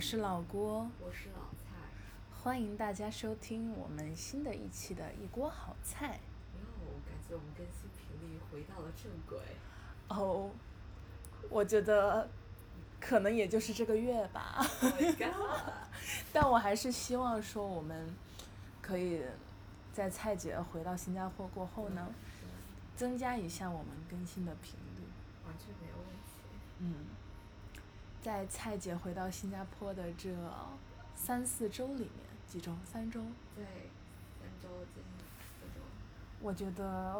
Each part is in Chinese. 是老郭，我是老蔡。欢迎大家收听我们新的一期的一锅好菜。哇哦，感觉我们更新频率回到了正轨。哦、我觉得可能也就是这个月吧， Oh my god！但我还是希望说我们可以在蔡姐回到新加坡过后呢，嗯增加一下我们更新的频率。完全没有问题。嗯，在蔡姐回到新加坡的这三四周里面，几周？三周？在三周进行四周，我觉得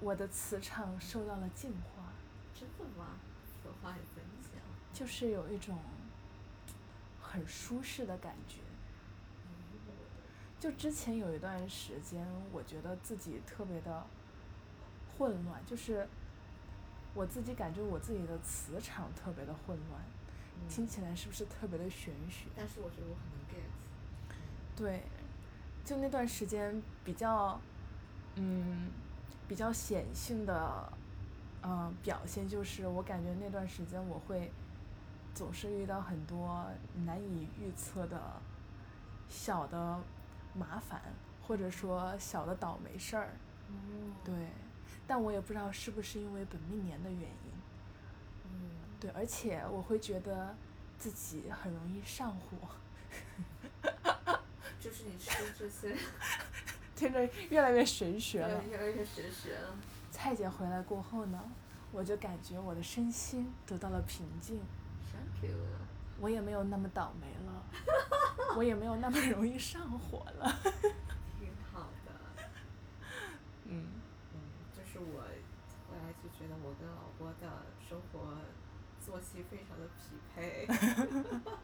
我的磁场受到了净化，真的吗？此话也怎讲？就是有一种很舒适的感觉。嗯就之前有一段时间，我觉得自己特别的混乱，就是我自己感觉我自己的磁场特别的混乱，嗯听起来是不是特别的玄学？但是我觉得我很能 get。对，就那段时间比较，嗯，比较显性的，呃，表现就是我感觉那段时间我会总是遇到很多难以预测的小的麻烦，或者说小的倒霉事儿。哦，对，但我也不知道是不是因为本命年的原因。嗯，对，而且我会觉得自己很容易上火。 就是你吃这些，听着越来越神学 越了来。越神学了。蔡姐回来过后呢，我就感觉我的身心得到了平静， Thank you。我也没有那么倒霉了，我也没有那么容易上火了。挺好的。嗯，嗯，就是我回来就觉得我跟老郭的生活作息非常的匹配。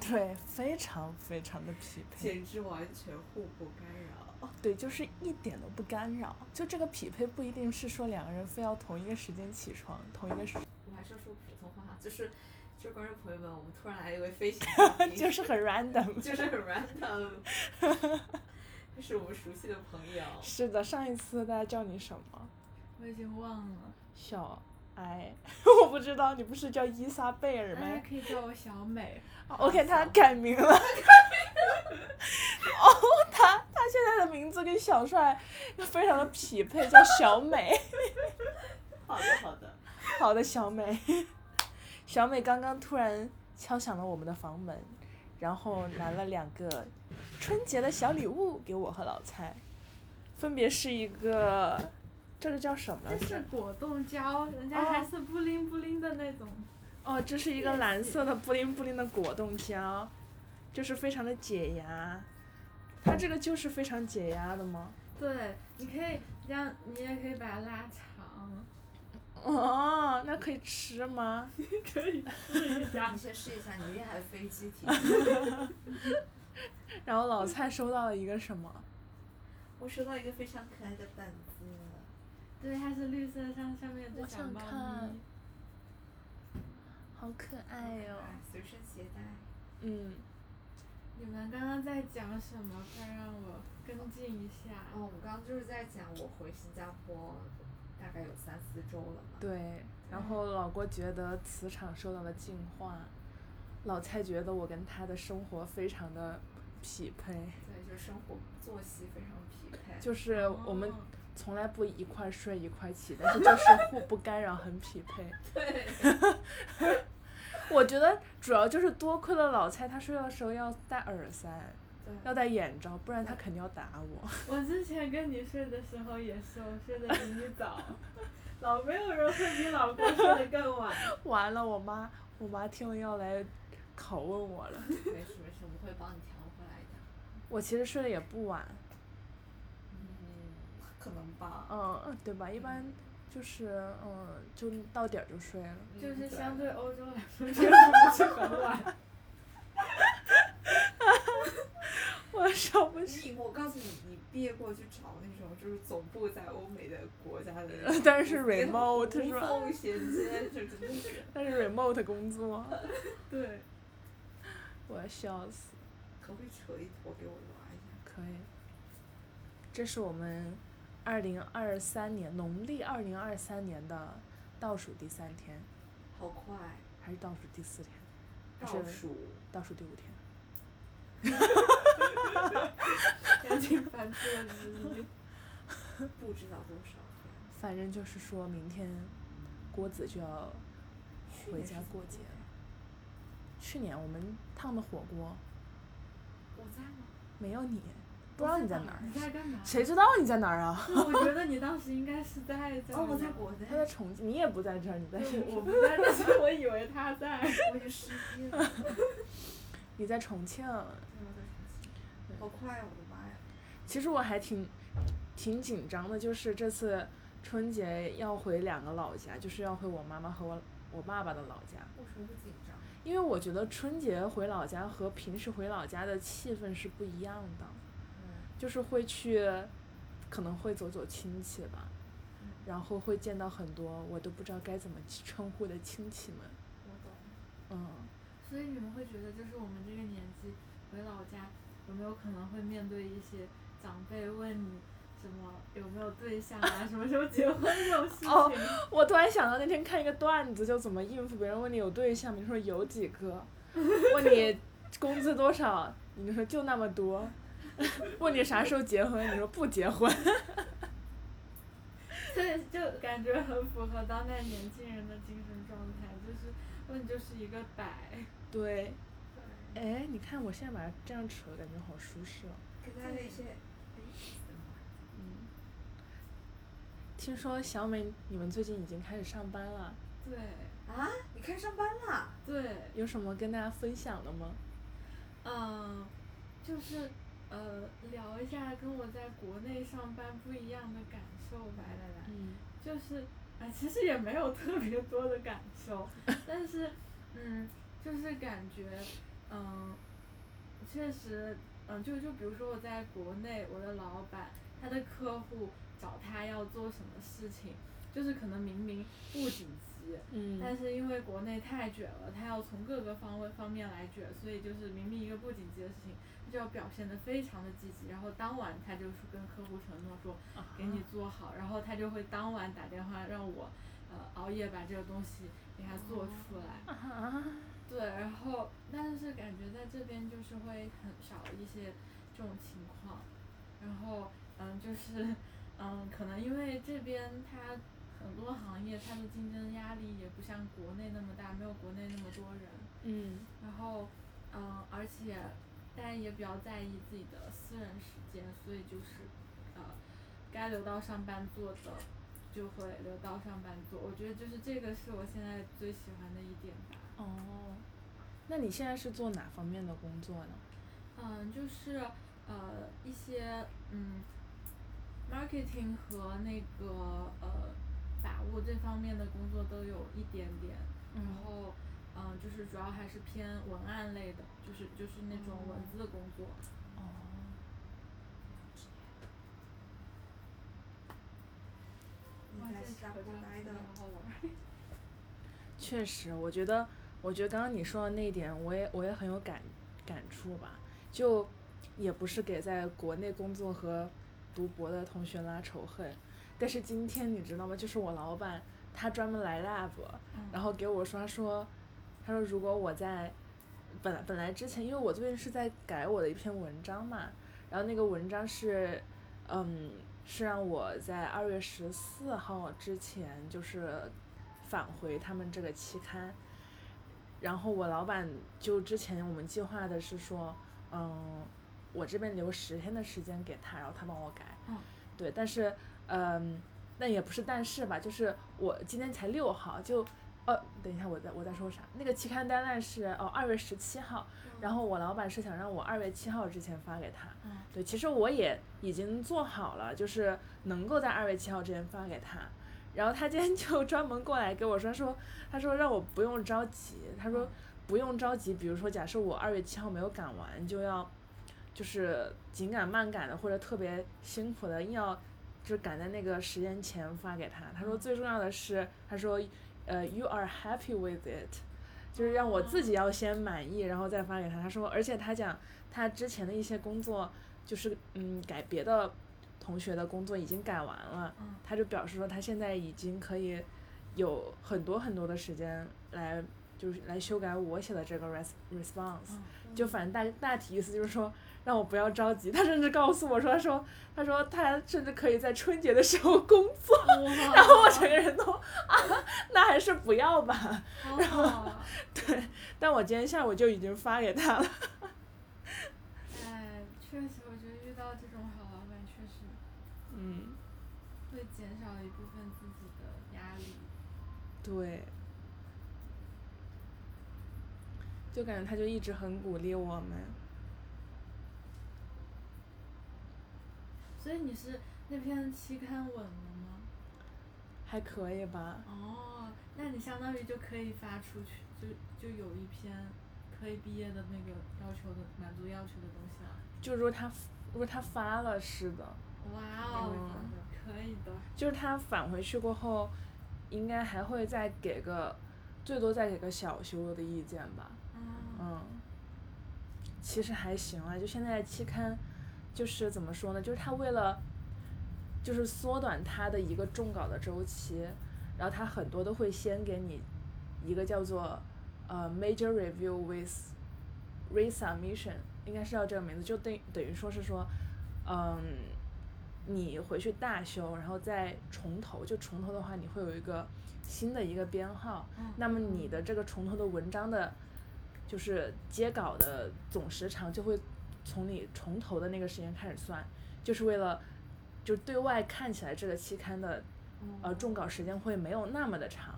对，非常非常的匹配，简直完全互不干扰。对，就是一点都不干扰。就这个匹配不一定是说两个人非要同一个时间起床，同一个时，我还是说普通话，就是就是观众朋友们，我们突然来了一位飞行 嘉 宾，就是很 random。 就是很 random，就是我们熟悉的朋友，是的，上一次大家叫你什么？我已经忘了，小艾， 我不知道，你不是叫伊莎贝尔大吗家？可以叫我小美。 OK，他改名 了。哦，他他现在的名字跟小帅非常的匹配，叫小 美。好的好 的，好的，小美。小美刚刚突然敲响了我们的房门，然后拿了两个春节的小礼物给我和老蔡，分别是一个，这个叫什么来这着是？果冻胶，人哦家还是布灵布灵的那种。哦，这是一个蓝色的布灵布灵的果冻胶，就是非常的解压。它这个就是非常解压的吗？对，你可以这样，你也可以把它拉长。哦，那可以吃 吗？可以试一下你。先试一下，你厉害的飞机体。然后老蔡收到了一个什么？我收到一个非常可爱的本子，对，它是绿色上上面有我只小想猫看咪。好可爱哎哟、啊随身携带。嗯，你们刚刚在讲什么？快让我跟进一下。哦，我们刚刚就是在讲我回新加坡，大概有三四周了嘛。对。然后老郭觉得磁场受到了净化，老蔡觉得我跟他的生活非常的匹配，对，就是生活作息非常匹配。就是我们哦从来不一块睡一块起，但是就是互不干扰，很匹配。 对，我觉得主要就是多亏了老蔡，他睡觉的时候要戴耳塞，要对，戴眼罩，不然他肯定要打我。我之前跟你睡的时候也是，我睡得比你早。 老没有人会比老公睡得更晚。完了，我妈我妈听了要来拷问我了。没事没事，我们会帮你调回来的。我其实睡得也不晚，嗯，可能吧。嗯，对吧？一般就是嗯，就到点儿就睡了。 嗯就是对相对欧洲来说， 确实不是很晚。我受不起，，你，我告诉你，你毕业过去找那种就是总部在欧美的国家的 但是无缝 remote 是无吧缝衔 接，这真的是但是 remote 工作，对。我要笑死。可不可以扯一坨给我玩一下？可以，这是我们二零二三年农历二零二三年的倒数第三天，好快，还是倒数第四天？还倒是 数，倒数第五天。赶紧翻桌 子，不知道多少天。反正就是说明天郭子就要去回年家是怎过么节的了。去年我们烫的火锅我在吗？没有你，不知道你在哪儿，你在干嘛？ 谁知道你在哪儿啊？对我觉得你当时应该是在在哦，我在在，国内他，在重庆，你也不在这儿，你在对深我我圳，不在，但是我以为他在。我已经失忆了。嗯你在重庆。好快啊！我的妈呀！其实我还挺挺紧张的，就是这次春节要回两个老家，就是要回我妈妈和我我爸爸的老家，为什么会紧张？因为我觉得春节回老家和平时回老家的气氛是不一样的，嗯，就是会去，可能会走走亲戚吧嗯，然后会见到很多我都不知道该怎么称呼的亲戚们，我懂。嗯， 所以你们会觉得，就是我们这个年纪回老家，有没有可能会面对一些长辈问你什么有没有对象啊，什么时候结婚这种事情？哦我突然想到那天看一个段子，就怎么应付别人问你有对象，你说有几个，问你工资多少，你就说就那么多， 问你啥时候结婚，你说不结婚， 所以就感觉很符合当代年轻人的精神状态，就是问就是一个摆。对，对哎，你看我现在把它这样扯，感觉好舒适哦。给大家一些，哎，怎么了嗯，听说小美你们最近已经开始上班了，对啊？你开始上班啦？对，有什么跟大家分享的吗？嗯，就是呃，聊一下跟我在国内上班不一样的感受吧。来来来，嗯就是啊，其实也没有特别多的感受，但是嗯，就是感觉嗯，确实嗯，就就比如说我在国内，我的老板他的客户找他要做什么事情，就是可能明明不紧急，但嗯是因为国内太卷了，他要从各个方位方面来卷，所以就是明明一个不紧急的事情，他就要表现得非常的积极，然后当晚他就是跟客户承诺说啊给你做好，然后他就会当晚打电话让我呃熬夜把这个东西给他哦做出来。啊，对，然后但是感觉在这边就是会很少一些这种情况，然后嗯就是嗯可能因为这边它很多行业它的竞争压力也不像国内那么大，没有国内那么多人，嗯然后嗯而且大家也比较在意自己的私人时间，所以就是呃该留到上班做的。就会留到上班做，我觉得就是这个是我现在最喜欢的一点吧。哦，那你现在是做哪方面的工作呢？嗯，就是呃一些嗯，marketing 和那个呃法务这方面的工作都有一点点，然嗯后嗯、呃就是主要还是偏文案类的，就是就是那种文字的工作。哦，哇你在这新加扯坡这个待词的也好好玩儿。确实，我觉得，我觉得刚刚你说的那一点，我也我也很有感感触吧。就也不是给在国内工作和读博的同学拉仇恨，但是今天你知道吗？就是我老板他专门来 lab，然嗯嗯 后给我说，他说，他说如果我在本来本来之前，因为我最近是在改我的一篇文章嘛，然后那个文章是，嗯，是让我在二月十四号之前就是返回他们这个期刊，然后我老板就之前我们计划的是说，嗯，我这边留十天的时间给他，然后他帮我改，嗯对，但是嗯，那也不是但是吧，就是我今天才六号就。呃，等一下，我再我再说啥？那个期刊 deadline 是哦二月十七号，然后我老板是想让我二月七号之前发给他。嗯对，其实我也已经做好了，就是能够在二月七号之前发给他。然后他今天就专门过来给我说说，他说让我不用着急，他说嗯不用着急。比如说，假设我二月七号没有赶完，就要就是紧赶慢赶的，或者特别辛苦的，硬要就是赶在那个时间前发给他。他说嗯最重要的是，他说呃，you are happy with it，就是让我哦自己要先满意，然后再发给他。他说，而且他讲他之前的一些工作，就是嗯改别的同学的工作已经改完了，嗯他就表示说他现在已经可以有很多很多的时间来就是来修改我写的这个 res response。嗯就反正大大体意思就是说，让我不要着急。他甚至告诉我说，他说他说他甚至可以在春节的时候工作。哦哇 然后我整个人都啊， 那还是不要吧。好好，对，但我今天下午就已经发给他了。哎，确实，我觉得遇到这种好老板，确实嗯，会减少一部分自己的压力。对。就感觉他就一直很鼓励我们。所以你是那篇期刊稳了吗？还可以吧，哦，那你相当于就可以发出去，就就有一篇可以毕业的那个要求的满足要求的东西了。就如果他如果他发了，是的，哇哦，嗯可以的。就是他返回去过后，应该还会再给个，最多再给个小修的意见吧，嗯嗯，其实还行啊，就现在期刊，就是怎么说呢，就是他为了，就是缩短他的一个中稿的周期，然后他很多都会先给你一个叫做呃 major review with resubmission，应该是叫这个名字，就等于等于说是说，嗯，你回去大修，然后再重头，就重头的话，你会有一个新的一个编号，嗯那么你的这个重头的文章的，就是接稿的总时长就会从你重头的那个时间开始算，就是为了。就对外看起来，这个期刊的呃中稿时间会没有那么的长，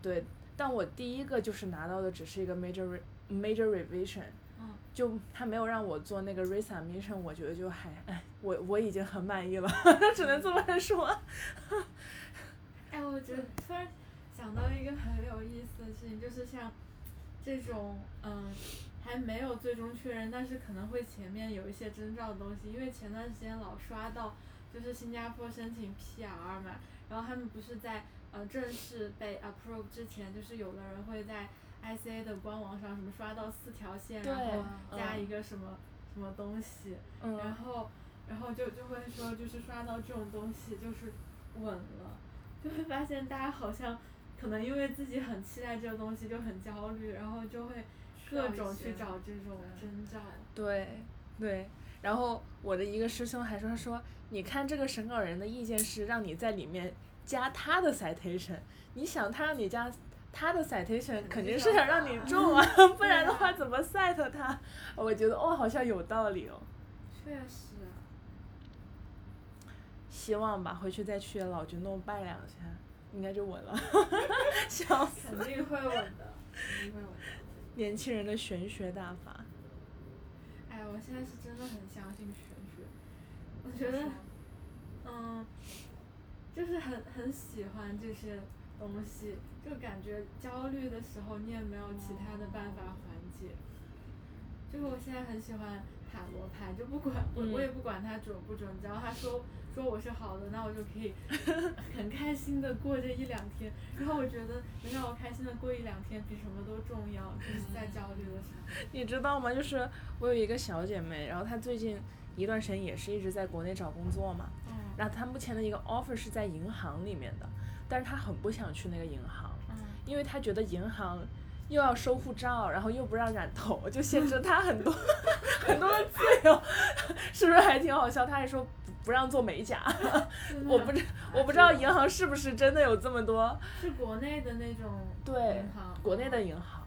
对。但我第一个就是拿到的只是一个 major re- major revision，嗯就他没有让我做那个 resubmission，我觉得就还哎，我我已经很满意了， 只能这么说。哎，我觉得突然想到一个很有意思的事情，就是像这种嗯、还没有最终确认，但是可能会前面有一些征兆的东西，因为前段时间老刷到就是新加坡申请 PR 嘛，然后他们不是在呃正式被 approve 之前，就是有的人会在 ICA 的官网上什么刷到四条线，然后对加嗯一个什么、什么东西，嗯然后然后就就会说，就是刷到这种东西就是稳了，就会发现大家好像可能因为自己很期待这个东西就很焦虑，然后就会各种去找这种征兆。对对，然后我的一个师兄还说说，你看这个审稿人的意见是让你在里面加他的 citation，你想他让你加他的 citation，肯定是想让你中啊， 不然的话怎么 cite 他？我觉得哦，好像有道理哦，确实，啊希望吧，回去再去老君洞拜两下，应该就稳了， 笑死，肯定会稳的。肯定会有的。年轻人的玄学大法，哎，我现在是真的很相信玄学，我觉得，嗯，就是很很喜欢这些东西，就感觉焦虑的时候你也没有其他的办法缓解。就是我现在很喜欢塔罗牌，就不管我、我也嗯不管它准不准，只要他说说我是好的，那我就可 以很开心的过这一两天。然后我觉得能让我开心的过一两天比什么都重要，就是在焦虑的时候。你知道吗？就是我有一个小姐妹，然后她最近一段时间也是一直在国内找工作嘛，嗯然后她目前的一个 offer 是在银行里面的，但是她很不想去那个银行，嗯。因为她觉得银行又要收护照，然后又不让染头，就限制她很 多很多 的自由，是不是还挺好笑？她还说不不让做美甲， 真的我不知我不知道银行是不是真的有这么多，是国内的那种对银行，国内的银行，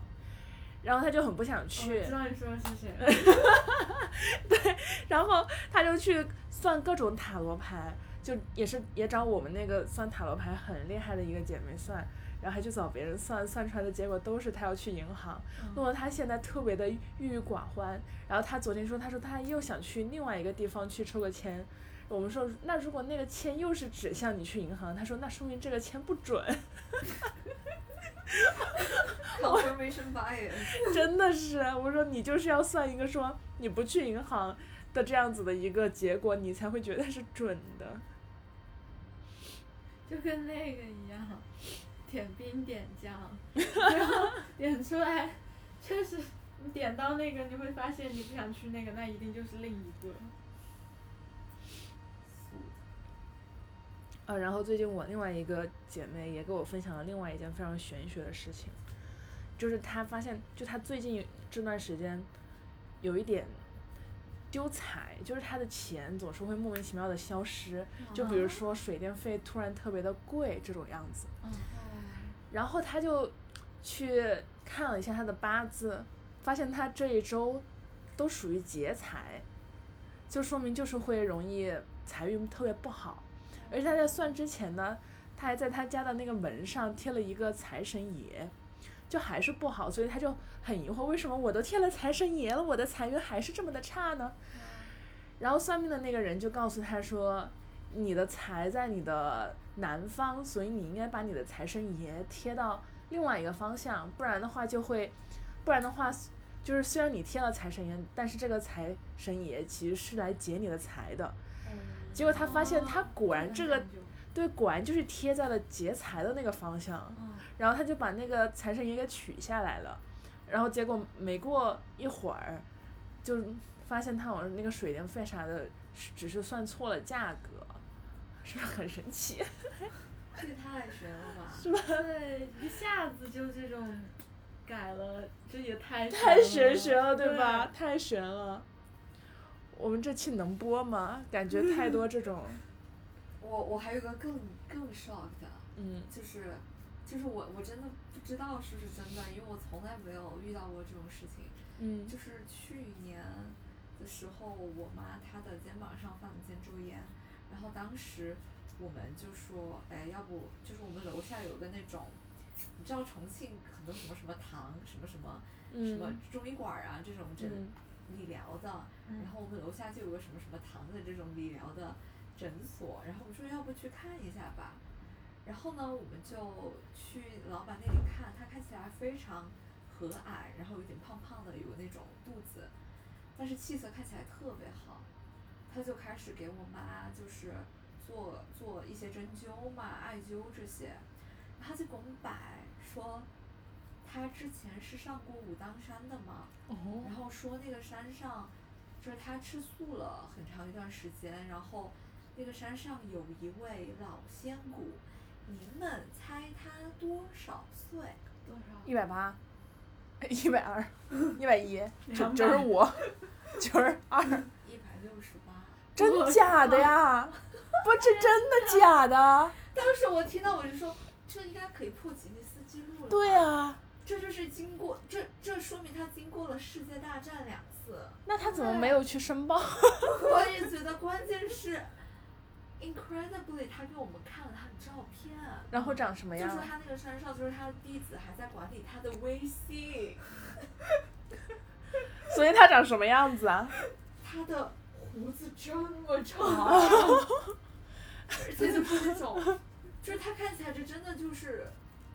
然后她就很不想哦去。我知道你说的是谁？然后他就去算各种塔罗牌，就也是也找我们那个算塔罗牌很厉害的一个姐妹算，然后还去找别人算，算出来的结果都是他要去银行，弄得他现在特别的郁郁寡欢。然后他昨天说，他说他又想去另外一个地方去抽个签。我们说，那如果那个签又是指向你去银行，他说那说明这个签不准， confirmation bias，真的是。我说你就是要算一个说你不去银行的这样子的一个结果，你才会觉得是准的。就跟那个一样，点兵点将，然后点出来，确实你点到那个，你会发现你不想去那个，那一定就是另一个。啊，然后最近我另外一个姐妹也给我分享了另外一件非常玄学的事情，就是他发现，就他最近这段时间有一点丢彩，就是他的钱总是会莫名其妙的消失，就比如说水电费突然特别的贵这种样子。嗯，然后他就去看了一下他的八字，发现他这一周都属于劫财，就说明就是会容易财运特别不好。而且他在算之前呢，他还在他家的那个门上贴了一个财神爷，就还是不好，所以他就很疑惑，为什么我都贴了财神爷了，我的财运还是这么的差呢？哎然后算命的那个人就告诉他说，你的财在你的南方，所以你应该把你的财神爷贴到另外一个方向，不然的话就会，不然的话就是虽然你贴了财神爷，但是这个财神爷其实是来劫你的财的。结果嗯他发现他哦果然哦这个对，果然就是贴在了劫财的那个方向，嗯然后他就把那个财神爷给取下来了，然后结果没过一会儿，就发现他好像那个水电费啥的，是只是算错了价格，是不是很神奇？ 这个太神了吧！对，一下子就这种改了，这也太太神神神了，对对吧？？太神了！我们这期能播吗？感觉太多这 种，我我还有个更更 shock 的，啊嗯就是就是我我真的不知道是不是真的，因为我从来没有遇到过这种事情。嗯就是去年的时候，我妈她的肩膀上犯了肩周炎，然后当时我们就说，哎，要不就是我们楼下有个那种，你知道重庆很多什么什么堂、什么什么、什么嗯中医馆儿啊这种诊嗯理疗的，嗯然后我们楼下就有个什么什么堂的这种理疗的诊所，然后我说要不去看一下吧，然后呢，我们就去老板那里看，他看起来非常和蔼，然后有点胖胖的，有那种肚子，但是气色看起来特别好。他就开始给我妈就是做做一些针灸嘛、艾灸这些，然后他就给我们摆说，他之前是上过武当山的嘛，哦然后说那个山上，就是他吃素了很长一段时间，然后那个山上有一位老仙姑，您们猜她多少岁？多一少？百八， 一百二，一百一，九200九十 五，九十二，一百六十八。真假的 呀？不，这真的假的？当时我听到我就说，这应该可以破吉尼斯纪录了。对，啊，这就是经过这这说明他经过了世界大战两 次。那他怎么没有去申报？我也觉得，关键是，incredibly，他给我们看了他的照片。 然后长什么就样说？他那个山上，就是他的弟子还在管理他的微信，所以他长什么样子啊？他的胡子这么长， 而且就是那种，就是他看起来就真的就是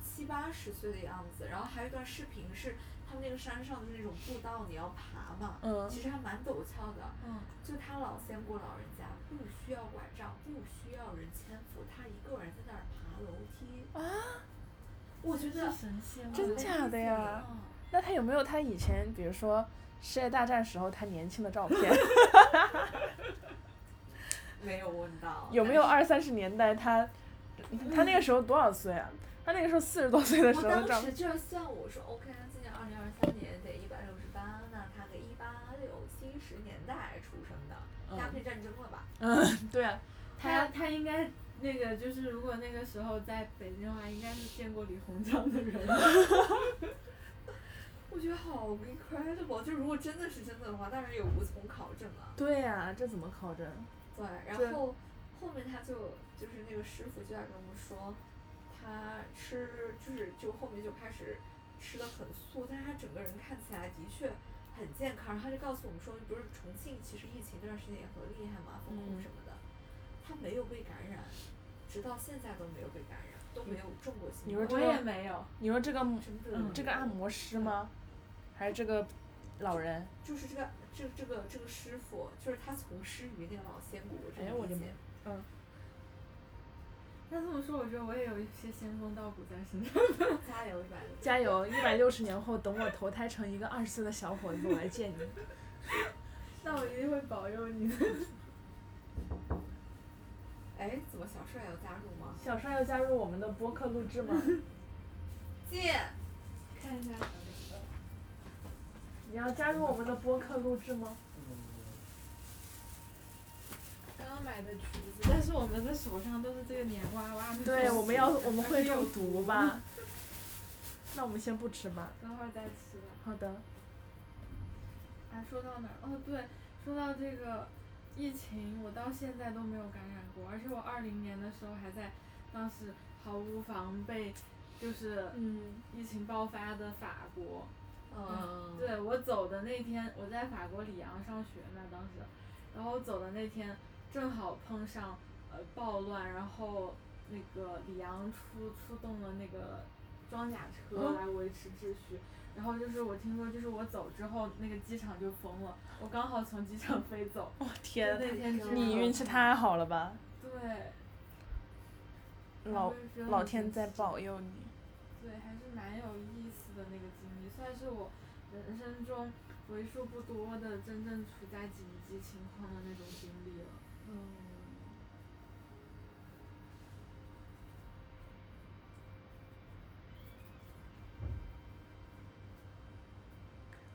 七八十岁的样子。然后还有一段视频是他们那个山上的那种步道，你要爬嘛，嗯其实还蛮陡峭的。嗯，就他老先过老人家，不需要拐杖，不需要人搀扶，他一个人在那儿爬楼梯。啊，我觉得是神仙，真假的呀？嗯那他有没有他以前，比如说世界大战时候他年轻的照 片？没有问到有没有二三十年代他他那个时候多少岁啊？他那个时候四十多岁的时候我的当照时片，就算我说 OK，那今年二零二三年得一百六十八，那他个一八六七十年代出生的，鸦片战争了吧？嗯，对啊，他他应该那个就是，如果那个时候在北京的话，应该是见过李鸿章的人。我觉得好 incredible，就如果真的是真的的话，当然也无从考证啊了。对呀、这怎么考证？对，对然后后面他就就是那个师傅就在跟我说，他吃就是就后面就开始吃的很素，但是他整个人看起来的确很健康。他就告诉我们说，不是重庆其实疫情这段时间也很厉害嘛，封控嗯什么的，他没有被感染，直到现在都没有被感染，都没有中过新你说冠。这我个也没有，你说这个真的、嗯这个按摩师吗？还是这个老人？就是这个这这个这个师傅，就是他从师于那个老仙姑，这哎个我理的解妈嗯，那这么说，我觉得我也有一些仙风道骨在身上。 加油一百六。加油！一百六十年后，等我投胎成一个二十岁的小伙子，我来见你。 那我一定会保佑你的。 哎，怎么小帅要加入吗？ 小帅要加入我们的播客录制吗？见，看一下。你要加入我们的播客录制吗？刚刚买的橘子，但是我们的手上都是这个黏娃娃 的。对，我们要我们会有中毒吧？ 那我们先不吃吧。等会儿再吃吧。好的，啊，说到哪儿？哦，对，说到这个疫情，我到现在都没有感染过，而且我二零年的时候还在，当时毫无防备，就是嗯，疫情爆发的法国。嗯，对我走的那天，我在法国里昂上学嘛，当时，然后走的那天正好碰上呃暴乱，然后那个里昂出出动了那个装甲车嗯来维持秩序。然后就是我听说，就是我走之后，那个机场就封了，我刚好从机场飞走。我、就天，那天真你的运气太好了吧？对，老嗯我也觉得老很天神在奇保佑你。对，还是蛮有意思的那个经历，算是我人生中为数不多的真正处在紧急情况的那种经历了。嗯，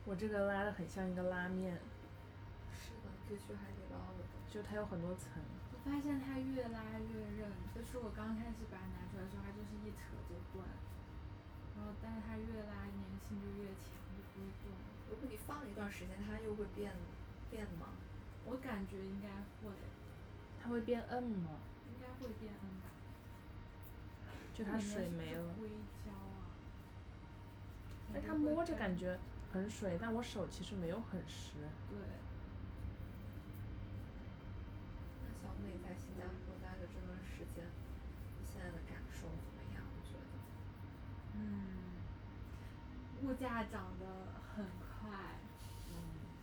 我这个拉的很像一个拉面，是的，这句还挺老的。就它有很多层。我发现它越拉越韧，就是我刚开始把它拿出来的时候，它就是一扯就断，然后但是它越拉粘性就越强，就不会断。如果你放一段时间，它又会变变吗？我感觉应该会，它会变摁吗？应该会变嗯吧。就它里面水是不没是了。硅胶啊。但感它觉会摸着变感觉很水，但我手其实没有很湿。对，那小美在新加坡待的这段时间，你现在的感受怎么样？我觉得，嗯，物价涨得很快，嗯，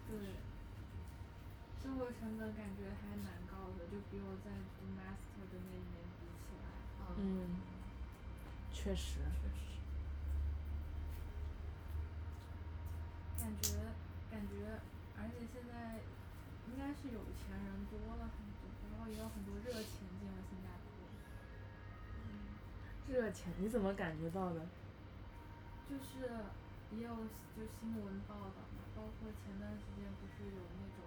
对，生活成本感觉还蛮高的，就比我在读 master 的那一年比起来。嗯，确实。啊确实，感觉感觉，而且现在应该是有钱人多了很多，然后也有很多热钱进了新加坡，嗯热钱你怎么感觉到的？就是也有就新闻报道嘛，包括前段时间不是有那种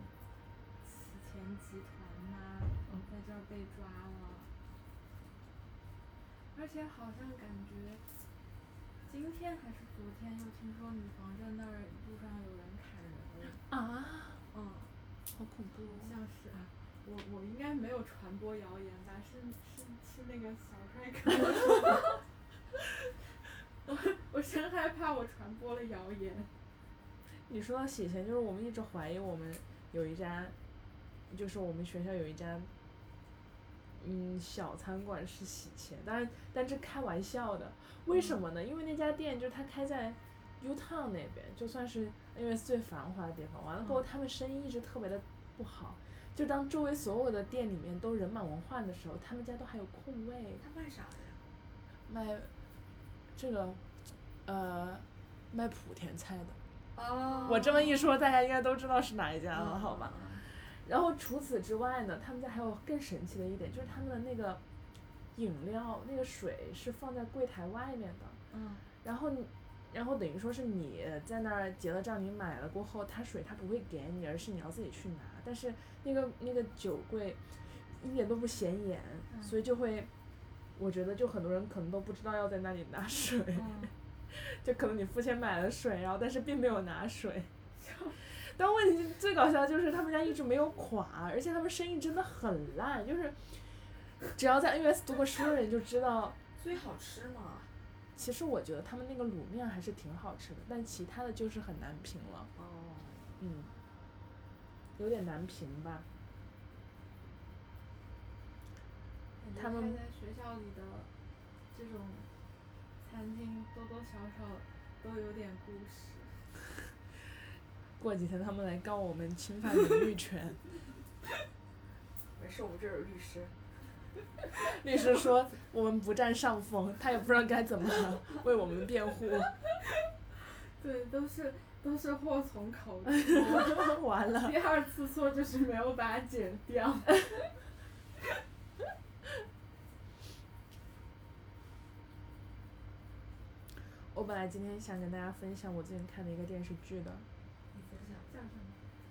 洗钱集团嘛，嗯在这儿被抓了，而且好像感觉。今天还是昨天，又听说女防镇那儿路上有人砍人了。啊，嗯，好恐怖哦好像是啊，我我应该没有传播谣言吧？是是是那个小帅哥我 我真害怕我传播了谣言。你说到洗钱，就是我们一直怀疑我们有一家，就是我们学校有一家，嗯，小餐馆是洗钱，当然，但这开玩笑的。为什么呢？因为那家店就是它开在 U Town 那边，就算是 NUS 最繁华的地方。完了过后，嗯他们生意一直特别的不好。就当周围所有的店里面都人满为患的时候，他们家都还有空位。他卖啥的呀？卖这个，呃，卖莆田菜的。哦我这么一说，大家应该都知道是哪一家了，嗯好吧？然后除此之外呢，他们家还有更神奇的一点，就是他们的那个饮料、那个水是放在柜台外面的，嗯，然后你，然后等于说是你在那儿结了账，你买了过后，他水他不会给你，而是你要自己去拿。但是那个那个酒柜一点都不显眼，嗯所以就会，我觉得就很多人可能都不知道要在那里拿水，嗯 就可能你付钱买了水，然后但是并没有拿 水。但问题是最搞笑的就是他们家一直没有垮，而且他们生意真的很烂，就是只要在 NUS 读过书的人就知道，最好吃嘛，其实我觉得他们那个卤面还是挺好吃的，但其他的就是很难评了，哦，嗯，有点难评吧。感觉他们开在学校里的这种餐厅多多少少都有点故事。过几天他们来告我们侵犯名誉权，没事，我们这儿有律师。律师说我们不占上风，他也不知道该怎么为我们辩护。 对，都是都是祸从口出， 完了，第二次错就是没有把它剪掉。我本来今天想跟大家分享我最近看的一个电视剧的，你分享叫什么？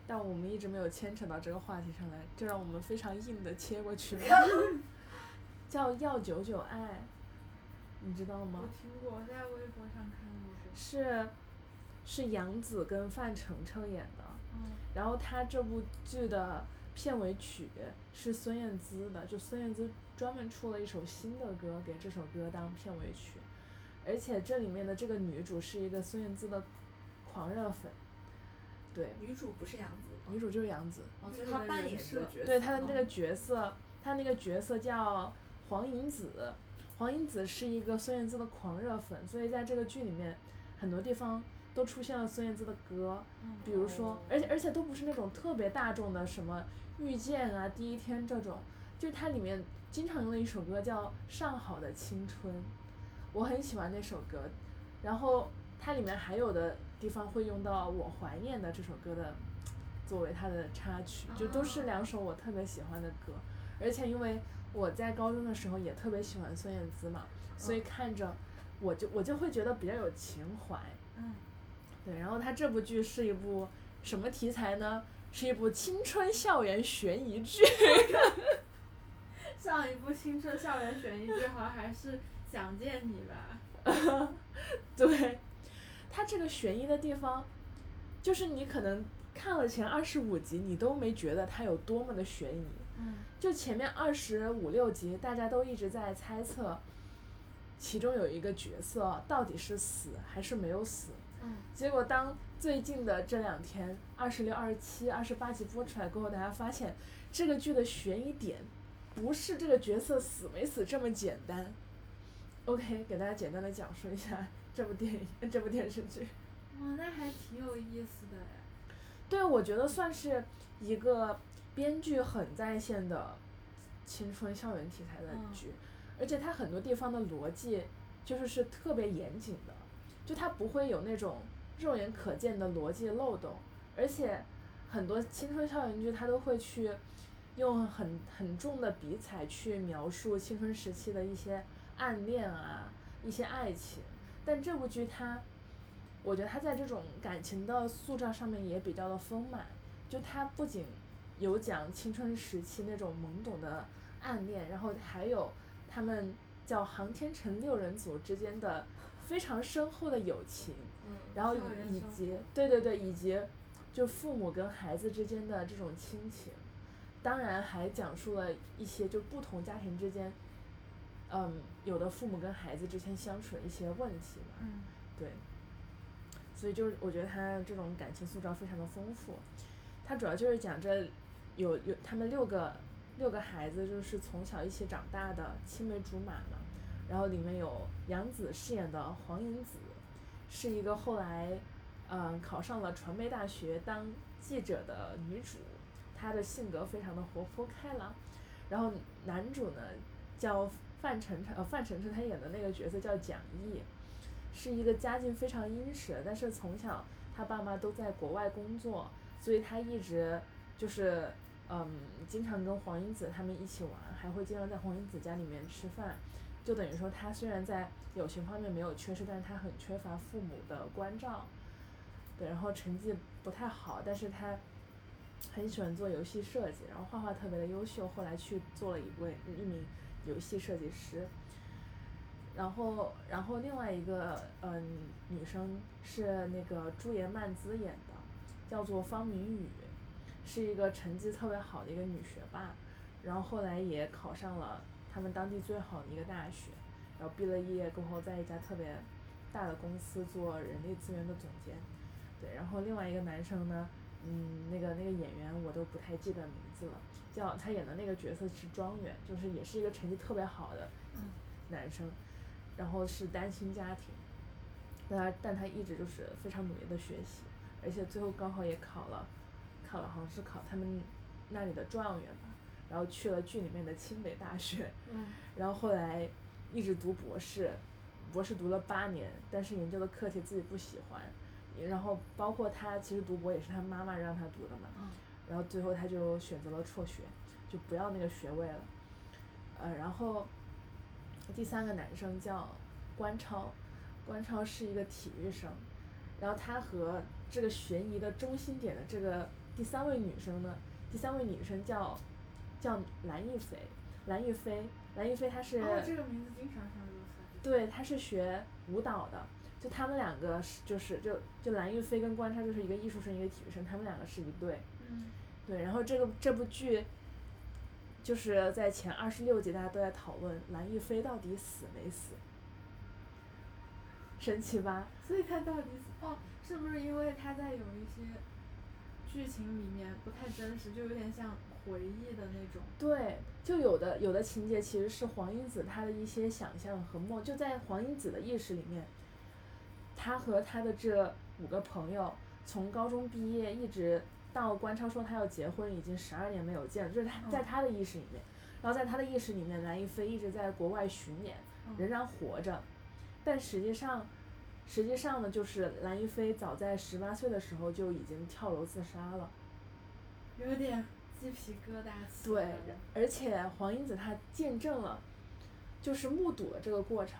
但我们一直没有牵扯到这个话题上来，这让我们非常硬的切过去了。叫《药九九爱》，你知道吗我？听过，我在微博上看过这个。是是杨紫跟范丞丞演的，嗯，然后他这部剧的片尾曲是孙燕姿的，就孙燕姿专门出了一首新的歌给这首歌当片尾曲，而且这里面的这个女主是一个孙燕姿的狂热粉，对，女主不是杨紫吗？女主就是杨紫，哦，女就是主她的扮人演这个设角色。对，她的哦那个角色，她那个角色叫黄银子，黄银子是一个孙燕姿的狂热粉，所以在这个剧里面很多地方都出现了孙燕姿的歌，嗯比如说哦，而且而且都不是那种特别大众的什么遇见啊、第一天这种，就是它里面经常用的一首歌叫《上好的青春》，我很喜欢那首歌，然后它里面还有的地方会用到《我怀念》的这首歌的作为它的插曲，就都是哦两首我特别喜欢的歌，而且因为我在高中的时候也特别喜欢孙燕姿嘛，所以看着我就我就会觉得比较有情怀。嗯，对，然后它这部剧是一部什么题材呢？是一部青春校园悬疑剧。上一部青春校园悬疑剧好像还是《想见你》吧？ 对，它这个悬疑的地方，就是你可能看了前二十五集，你都没觉得它有多么的悬疑，嗯就前面二十五六集，大家都一直在猜测，其中有一个角色到底是死还是没有死。嗯结果当最近的这两天，二十六、二十七、二十八集播出来过后，大家发现这个剧的悬疑点不是这个角色死没死这么简单。OK，给大家简单的讲述一下这部电影、 这部电视剧。哇，那还挺有意思的哎。对，我觉得算是一个编剧很在线的青春校园题材的嗯剧，而且它很多地方的逻辑就是是特别严谨的，就它不会有那种肉眼可见的逻辑漏洞，而且很多青春校园剧它都会去用很很重的笔彩去描述青春时期的一些暗恋啊，一些爱情，但这部剧它。我觉得他在这种感情的塑造上面也比较的丰满，就他不仅有讲青春时期那种懵懂的暗恋，然后还有他们叫航天城六人组之间的非常深厚的友情，嗯，然后校园以生及对对对，以及就父母跟孩子之间的这种亲情，当然还讲述了一些就不同家庭之间，嗯，有的父母跟孩子之间相处的一些问题嘛，嗯对，所以就是我觉得他这种感情塑造非常的丰富。他主要就是讲这有有他们六个六个孩子，就是从小一起长大的青梅竹马嘛。然后里面有杨紫饰演的黄银子，是一个后来嗯、呃考上了传媒大学当记者的女主，她的性格非常的活泼开朗。然后男主呢叫范丞丞，呃范丞丞他演的那个角色叫蒋毅，是一个家境非常殷实，但是从小他爸妈都在国外工作，所以他一直就是嗯，经常跟黄英子他们一起玩，还会经常在黄英子家里面吃饭。就等于说，他虽然在友情方面没有缺失，但是他很缺乏父母的关照。对，然后成绩不太好，但是他很喜欢做游戏设计，然后画画特别的优秀，后来去做了一位一名游戏设计师。然后，然后另外一个嗯、呃女生是那个朱颜曼姿演的，叫做方明宇，是一个成绩特别好的一个女学霸，然后后来也考上了他们当地最好的一个大学，然后毕了业过后，在一家特别大的公司做人力资源的总监。对，然后另外一个男生呢，嗯，那个那个演员我都不太记得名字了，叫他演的那个角色是庄园，就是也是一个成绩特别好的嗯男生，然后是单亲家庭，但他但他一直就是非常努力的学习，而且最后高考也考了，考了好像是考他们那里的状元吧，然后去了剧里面的清北大学，嗯然后后来一直读博士，博士读了八年，但是研究的课题自己不喜欢，然后包括他其实读博也是他妈妈让他读的嘛，嗯然后最后他就选择了辍学，就不要那个学位了。呃，然后第三个男生叫关超，关超是一个体育生，然后他和这个悬疑的中心点的这个第三位女生呢，第三位女生叫叫蓝亦菲，蓝亦菲，蓝亦菲她是、哦，这个啊名字经常上热搜。对，她是学舞蹈的，就他们两个是就是就就蓝亦菲跟关超就是一个艺术生一个体育生，他们两个是一对。嗯，对，然后这个这部剧就是在前二十六集，大家都在讨论蓝亦菲到底死没死，神奇吧？所以他到底是哦，是不是因为他在有一些剧情里面不太真实，就有点像回忆的那种？对，就有的有的情节其实是黄英子她的一些想象和梦，就在黄英子的意识里面，她和她的这五个朋友从高中毕业一直到关超说他要结婚，已经十二年没有见了，就是他在嗯他的意识里面，然后在他的意识里面，蓝亦菲一直在国外巡演，仍然活着，但实际上。实际上呢，就是蓝亦菲早在十八岁的时候就已经跳楼自杀了。有点鸡皮疙瘩起。对，而且黄英子她见证了，就是目睹了这个过程，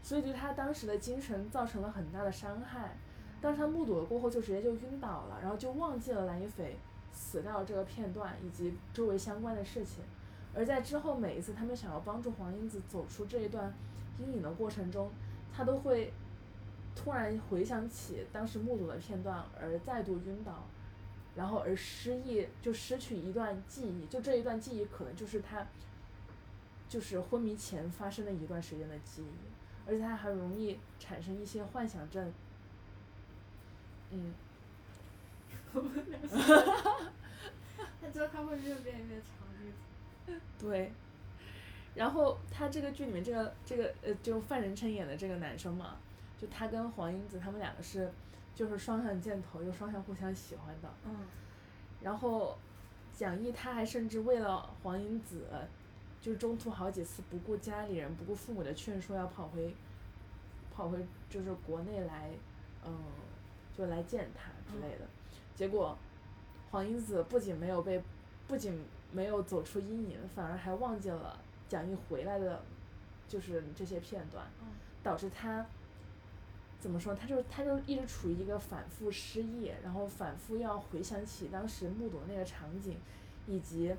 所以对她当时的精神造成了很大的伤害。当时她目睹了过后，就直接就晕倒了，然后就忘记了蓝亦菲死掉这个片段以及周围相关的事情。而在之后每一次他们想要帮助黄英子走出这一段阴影的过程中，她都会突然回想起当时目睹的片段，而再度晕倒，然后而失忆，就失去一段记忆，就这一段记忆可能就是她，就是昏迷前发生的一段时间的记忆，而且她还容易产生一些幻想症。嗯，我不能说。他知道他会越变越长那种。对。然后他这个剧里面这个这个呃，就范丞丞演的这个男生嘛，就他跟黄英子他们两个是，就是双向箭头，就双向互相喜欢的。嗯，然后蒋毅他还甚至为了黄英子，就中途好几次不顾家里人、不顾父母的劝说，要跑回，跑回就是国内来，嗯，就来见他之类的。结果黄英子不仅没有被，不仅没有走出阴影，反而还忘记了蒋毅回来的，就是这些片段，嗯导致他。怎么说？他就他就一直处于一个反复失忆，然后反复要回想起当时目睹那个场景，以及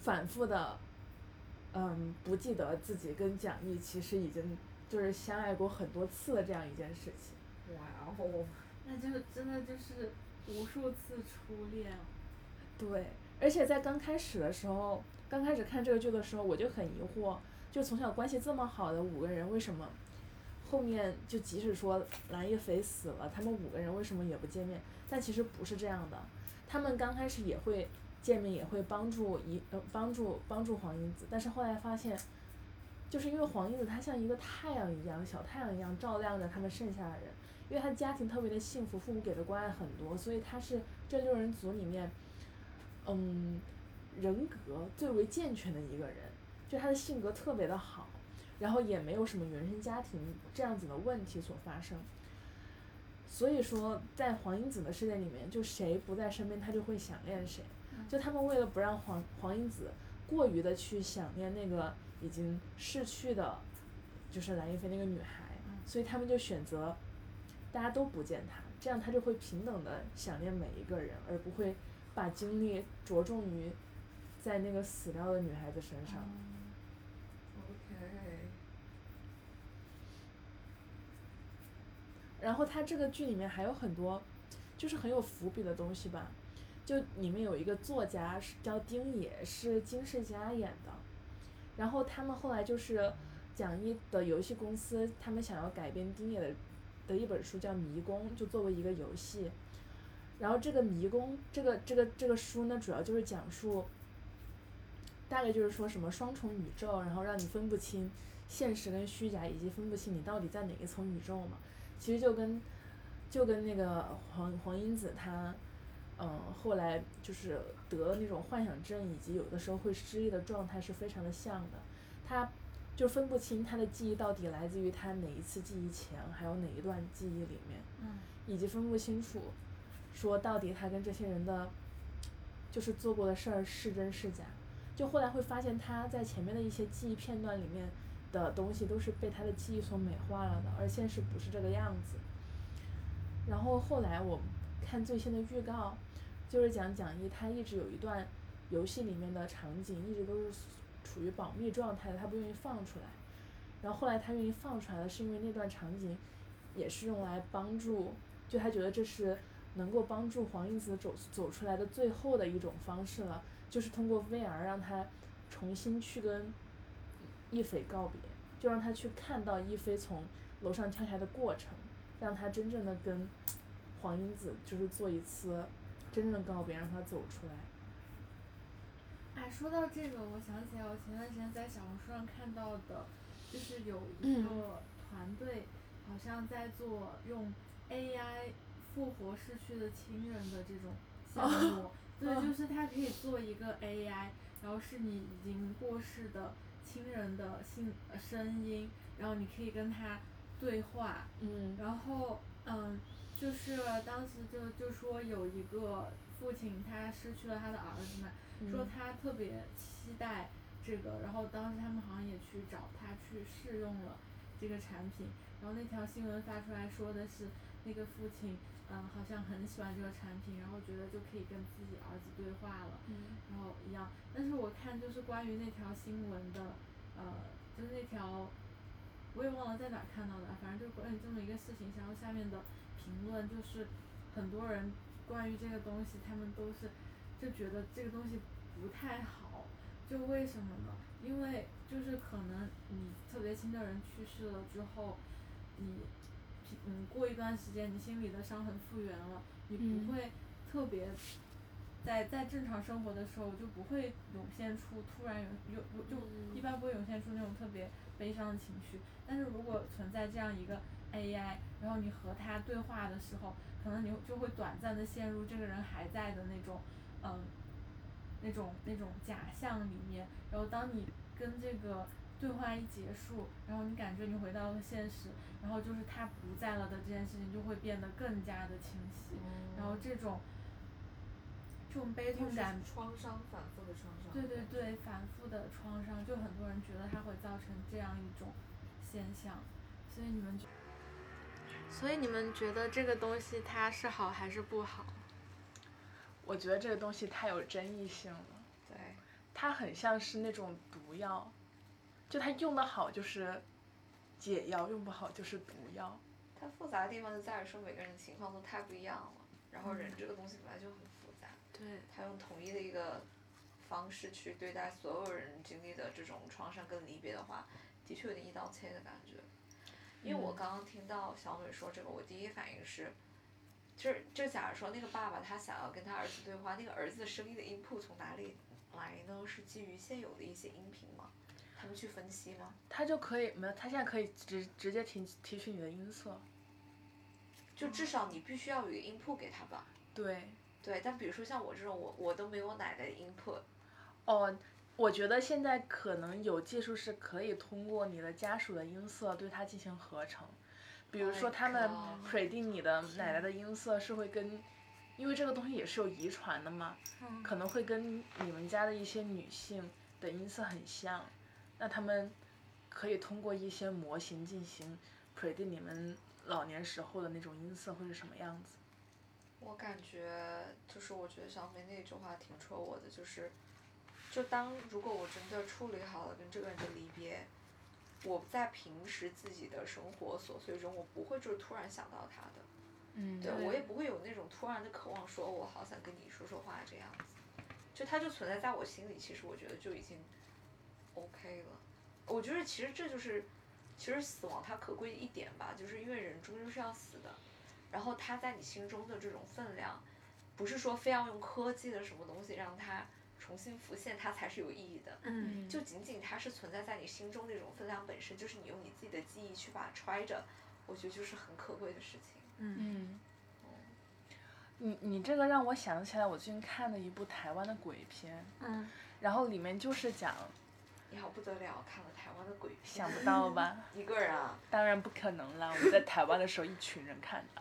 反复的，嗯，不记得自己跟蒋毅其实已经就是相爱过很多次的这样一件事情。哇哦，那就真的就是无数次初恋。对，而且在刚开始的时候，刚开始看这个剧的时候，我就很疑惑，就从小关系这么好的五个人，为什么后面就即使说蓝亦菲死了，他们五个人为什么也不见面？但其实不是这样的，他们刚开始也会见面，也会帮助一呃帮助帮助黄英子，但是后来发现。就是因为黄英子她像一个太阳一样，小太阳一样照亮着他们剩下的人，因为她家庭特别的幸福，父母给的关爱很多，所以她是这六人组里面嗯，人格最为健全的一个人，就他的性格特别的好，然后也没有什么原生家庭这样子的问题所发生。所以说，在黄英子的事件里面，就谁不在身边，他就会想念谁。嗯就他们为了不让黄黄英子过于的去想念那个已经逝去的，就是蓝亦菲那个女孩，嗯所以他们就选择大家都不见她，这样她就会平等的想念每一个人，而不会把精力着重于在那个死掉的女孩子身上。嗯 OK，然后它这个剧里面还有很多，就是很有伏笔的东西吧。就里面有一个作家是叫丁野，是金世佳演的。然后他们后来就是讲一的游戏公司，他们想要改编丁野的的一本书叫《迷宫》，就作为一个游戏。然后这个《迷宫》这个这个这个书呢，主要就是讲述，大概就是说什么双重宇宙，然后让你分不清现实跟虚假，以及分不清你到底在哪一层宇宙嘛。其实就跟就跟那个黄黄英子她，嗯、后来就是得了那种幻想症，以及有的时候会失忆的状态是非常的像的。她就分不清她的记忆到底来自于她哪一次记忆前，还有哪一段记忆里面，嗯以及分不清楚说到底她跟这些人的就是做过的事儿是真是假。就后来会发现她在前面的一些记忆片段里面的东西都是被他的记忆所美化了的，而现实不是这个样子。然后后来我看最新的预告，就是讲蒋一他一直有一段游戏里面的场景一直都是处于保密状态的，他不愿意放出来。然后后来他愿意放出来了，是因为那段场景也是用来帮助，就他觉得这是能够帮助黄英子走走出来的最后的一种方式了，就是通过 VR 让他重新去跟一菲告别，就让他去看到一菲从楼上跳下来的过程，让他真正的跟黄英子就是做一次真正的告别，让他走出来。哎，说到这个，我想起来我前段时间在小红书上看到的，就是有一嗯个团队好像在做用 AI 复活逝去的亲人的这种项 目，对，嗯就是它可以做一个 AI，然后是你已经过世的亲人的信呃声音，然后你可以跟他对话，嗯然后嗯，就是当时就就说有一个父亲他失去了他的儿子嘛，说嗯他特别期待这个，然后当时他们好像也去找他去试用了这个产品，然后那条新闻发出来说的是那个父亲嗯好像很喜欢这个产品，然后觉得就可以跟自己儿子对话了。嗯然后一样。但是我看就是关于那条新闻的，呃，就是那条，我也忘了在哪儿看到的，反正就关于这么一个事情，然后下面的评论就是很多人关于这个东西，他们都是就觉得这个东西不太好，就为什么呢？因为就是可能你特别亲的人去世了之后，你平嗯过一段时间，你心里的伤痕复原了，你嗯不会特别在在正常生活的时候就不会涌现出突然涌涌就一般不会涌现出那种特别悲伤的情绪。但是如果存在这样一个 AI，然后你和他对话的时候，可能你就会短暂的陷入这个人还在的那种嗯那种那种假象里面。然后当你跟这个对话一结束，然后你感觉你回到了现实，然后就是他不在了的这件事情就会变得更加的清晰。然嗯后这种这种悲痛感创伤反复的创伤。对对对，反复的创伤，就很多人觉得它会造成这样一种现象，所以你们觉，所以你们觉得这个东西它是好还是不好？我觉得这个东西太有争议性了。对，它很像是那种毒药，就它用的好就是解药，用不好就是毒药。它复杂的地方就在于说每个人的情况都太不一样了，然后人这个东西本来就很复杂，对，他用统一的一个方式去对待所有人经历的这种创伤跟离别的话，的确有点一刀切的感觉。因为我刚刚听到小美说这个，我第一反应是，就是就假如说那个爸爸他想要跟他儿子对话，那个儿子的声音的音 n 从哪里来呢？是基于现有的一些音频吗？他们去分析吗？它就可以没有，它现在可以直直接提提取你的音色。就至少你必须要有一个音 n 给他吧。对，对，但比如说像我这种，我我都没有我奶奶的 input，哦，我觉得现在可能有技术是可以通过你的家属的音色对它进行合成，比如 Oh my 哦说他们 God 水定你的奶奶的音色是会跟，因为这个东西也是有遗传的嘛，嗯可能会跟你们家的一些女性的音色很像，那他们可以通过一些模型进行 predict 你们老年时候的那种音色会是什么样子。我感觉就是我觉得小美那句话挺戳我的，就是，就当如果我真的处理好了跟这个人的离别，我在平时自己的生活琐碎中，我不会就是突然想到他的，嗯对对我也不会有那种突然的渴望，说我好想跟你说说话这样子，就它就存在在我心里，其实我觉得就已经 OK 了。我觉得其实这就是，其实死亡它可贵的一点吧，就是因为人终究是要死的，然后它在你心中的这种分量，不是说非要用科技的什么东西让它重新浮现，它才是有意义的。嗯就仅仅它是存在在你心中那种分量本身，就是你用你自己的记忆去把它揣着，我觉得就是很可贵的事情。嗯嗯，你嗯你这个让我想起来，我最近看的一部台湾的鬼片，嗯，然后里面就是讲，你好不得了，看了台湾的鬼片，想不到吧？一个人啊，当然不可能啦，我们在台湾的时候一群人看的。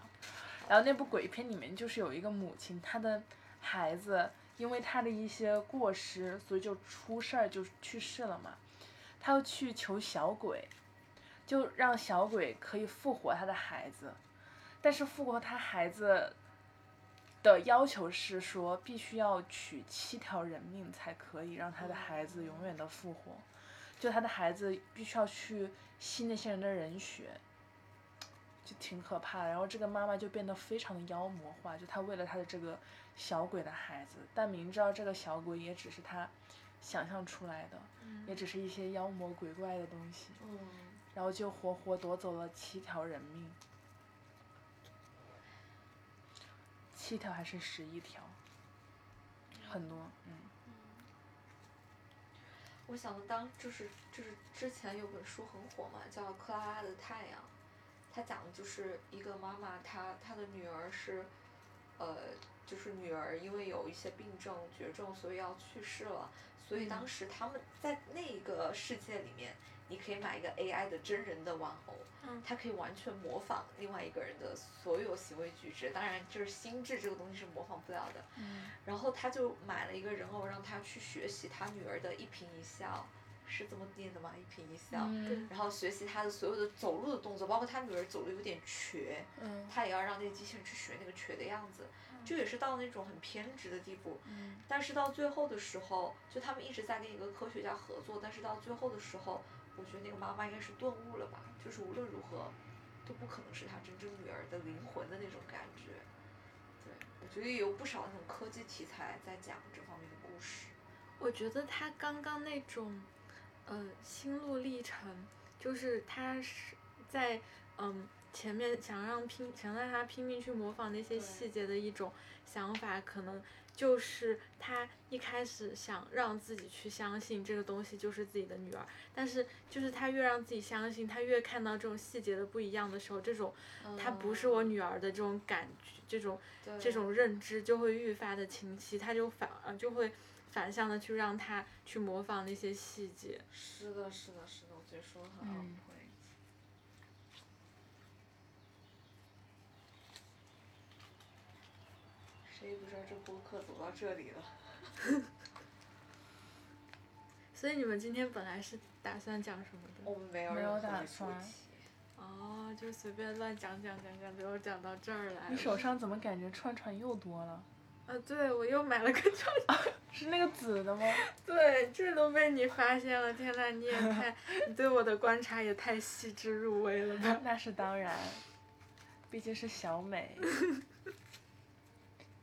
然后那部鬼片里面就是有一个母亲，她的孩子因为她的一些过失，所以就出事儿就去世了嘛。他要去求小鬼，就让小鬼可以复活他的孩子，但是复活他孩子的要求是说，必须要取七条人命才可以让他的孩子永远的复活，就他的孩子必须要去吸那些人的人血。就挺可怕的，然后这个妈妈就变得非常的妖魔化，就她为了她的这个小鬼的孩子，但明知道这个小鬼也只是她想象出来的，嗯也只是一些妖魔鬼怪的东西，嗯，然后就活活夺走了七条人命，七条还是十一条，很多，嗯，我想的当就是就是之前有本书很火嘛，叫《克拉拉的太阳》，它讲的就是一个妈妈，她她的女儿是，呃，就是女儿因为有一些病症绝症，所以要去世了。所以当时他们在那个世界里面，你可以买一个 AI 的真人的玩偶，嗯它可以完全模仿另外一个人的所有行为举止。当然，就是心智这个东西是模仿不了的。嗯然后他就买了一个人偶，让他去学习他女儿的一颦一笑，是这么念的吗？一颦一笑，嗯然后学习他的所有的走路的动作，包括他女儿走路有点瘸，嗯他也要让那个机器人去学那个瘸的样子，这也是到那种很偏执的地步。嗯但是到最后的时候，就他们一直在跟一个科学家合作，但是到最后的时候，我觉得那个妈妈应该是顿悟了吧，就是无论如何，都不可能是她真正女儿的灵魂的那种感觉。对，我觉得也有不少那种科技题材在讲这方面的故事。我觉得他刚刚那种，呃，心路历程，就是他是在嗯前面想让拼想让他拼命去模仿那些对细节的一种想法，可能就是他一开始想让自己去相信这个东西就是自己的女儿，但是就是他越让自己相信，他越看到这种细节的不一样的时候，这种她不是哦我女儿的这种感觉，这种嗯对这种认知就会愈发的清晰，他就反呃就会反向的去让他去模仿那些细节。是的，是的，是的，我觉得说的很嗯奥会。谁也不知道这播客走到这里了。所以你们今天本来是打算讲什么哦的？我们没有没任有何打的主算题。哦，就随便乱讲讲讲讲，最后讲到这儿来你手了。上怎么感觉串串又多了？啊，对，我又买了个这，是那个紫的吗？对，这都被你发现了，天呐，你也太， 你对我的观察也太细致入微了吧？ 那是当然，毕竟是小 美。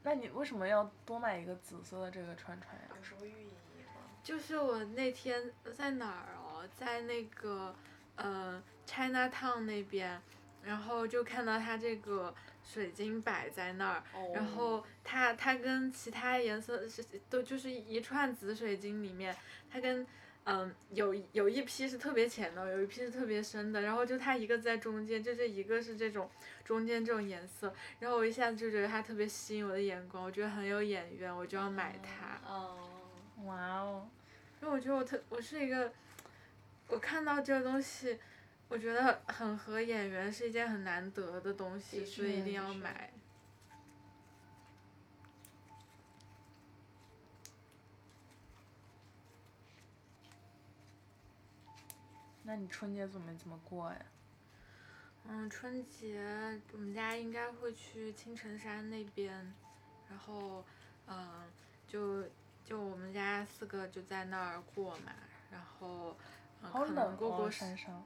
那你为什么要多买一个紫色的这个串串呀？有什么寓意吗？就是我那天在哪儿哦，在那个呃 China Town 那边，然后就看到它这个水晶摆在那儿，哦然后它它跟其他颜色是都就是一串紫水晶里面，它跟嗯有一有一批是特别浅的，有一批是特别深的，然后就它一个在中间，就这一个是这种中间这种颜色，然后我一下子就觉得它特别吸引我的眼光，我觉得很有眼缘，我就要买它。哦，哇哦，因为我觉得我特我是一个，我看到这个东西，我觉得很合眼缘是一件很难得的东西，的所以一确定要是买。那你春节准备怎么过呀？嗯，春节我们家应该会去青城山那边，然后，嗯，就就我们家四个就在那儿过嘛，然后，嗯，好可能冷过哦，过山上。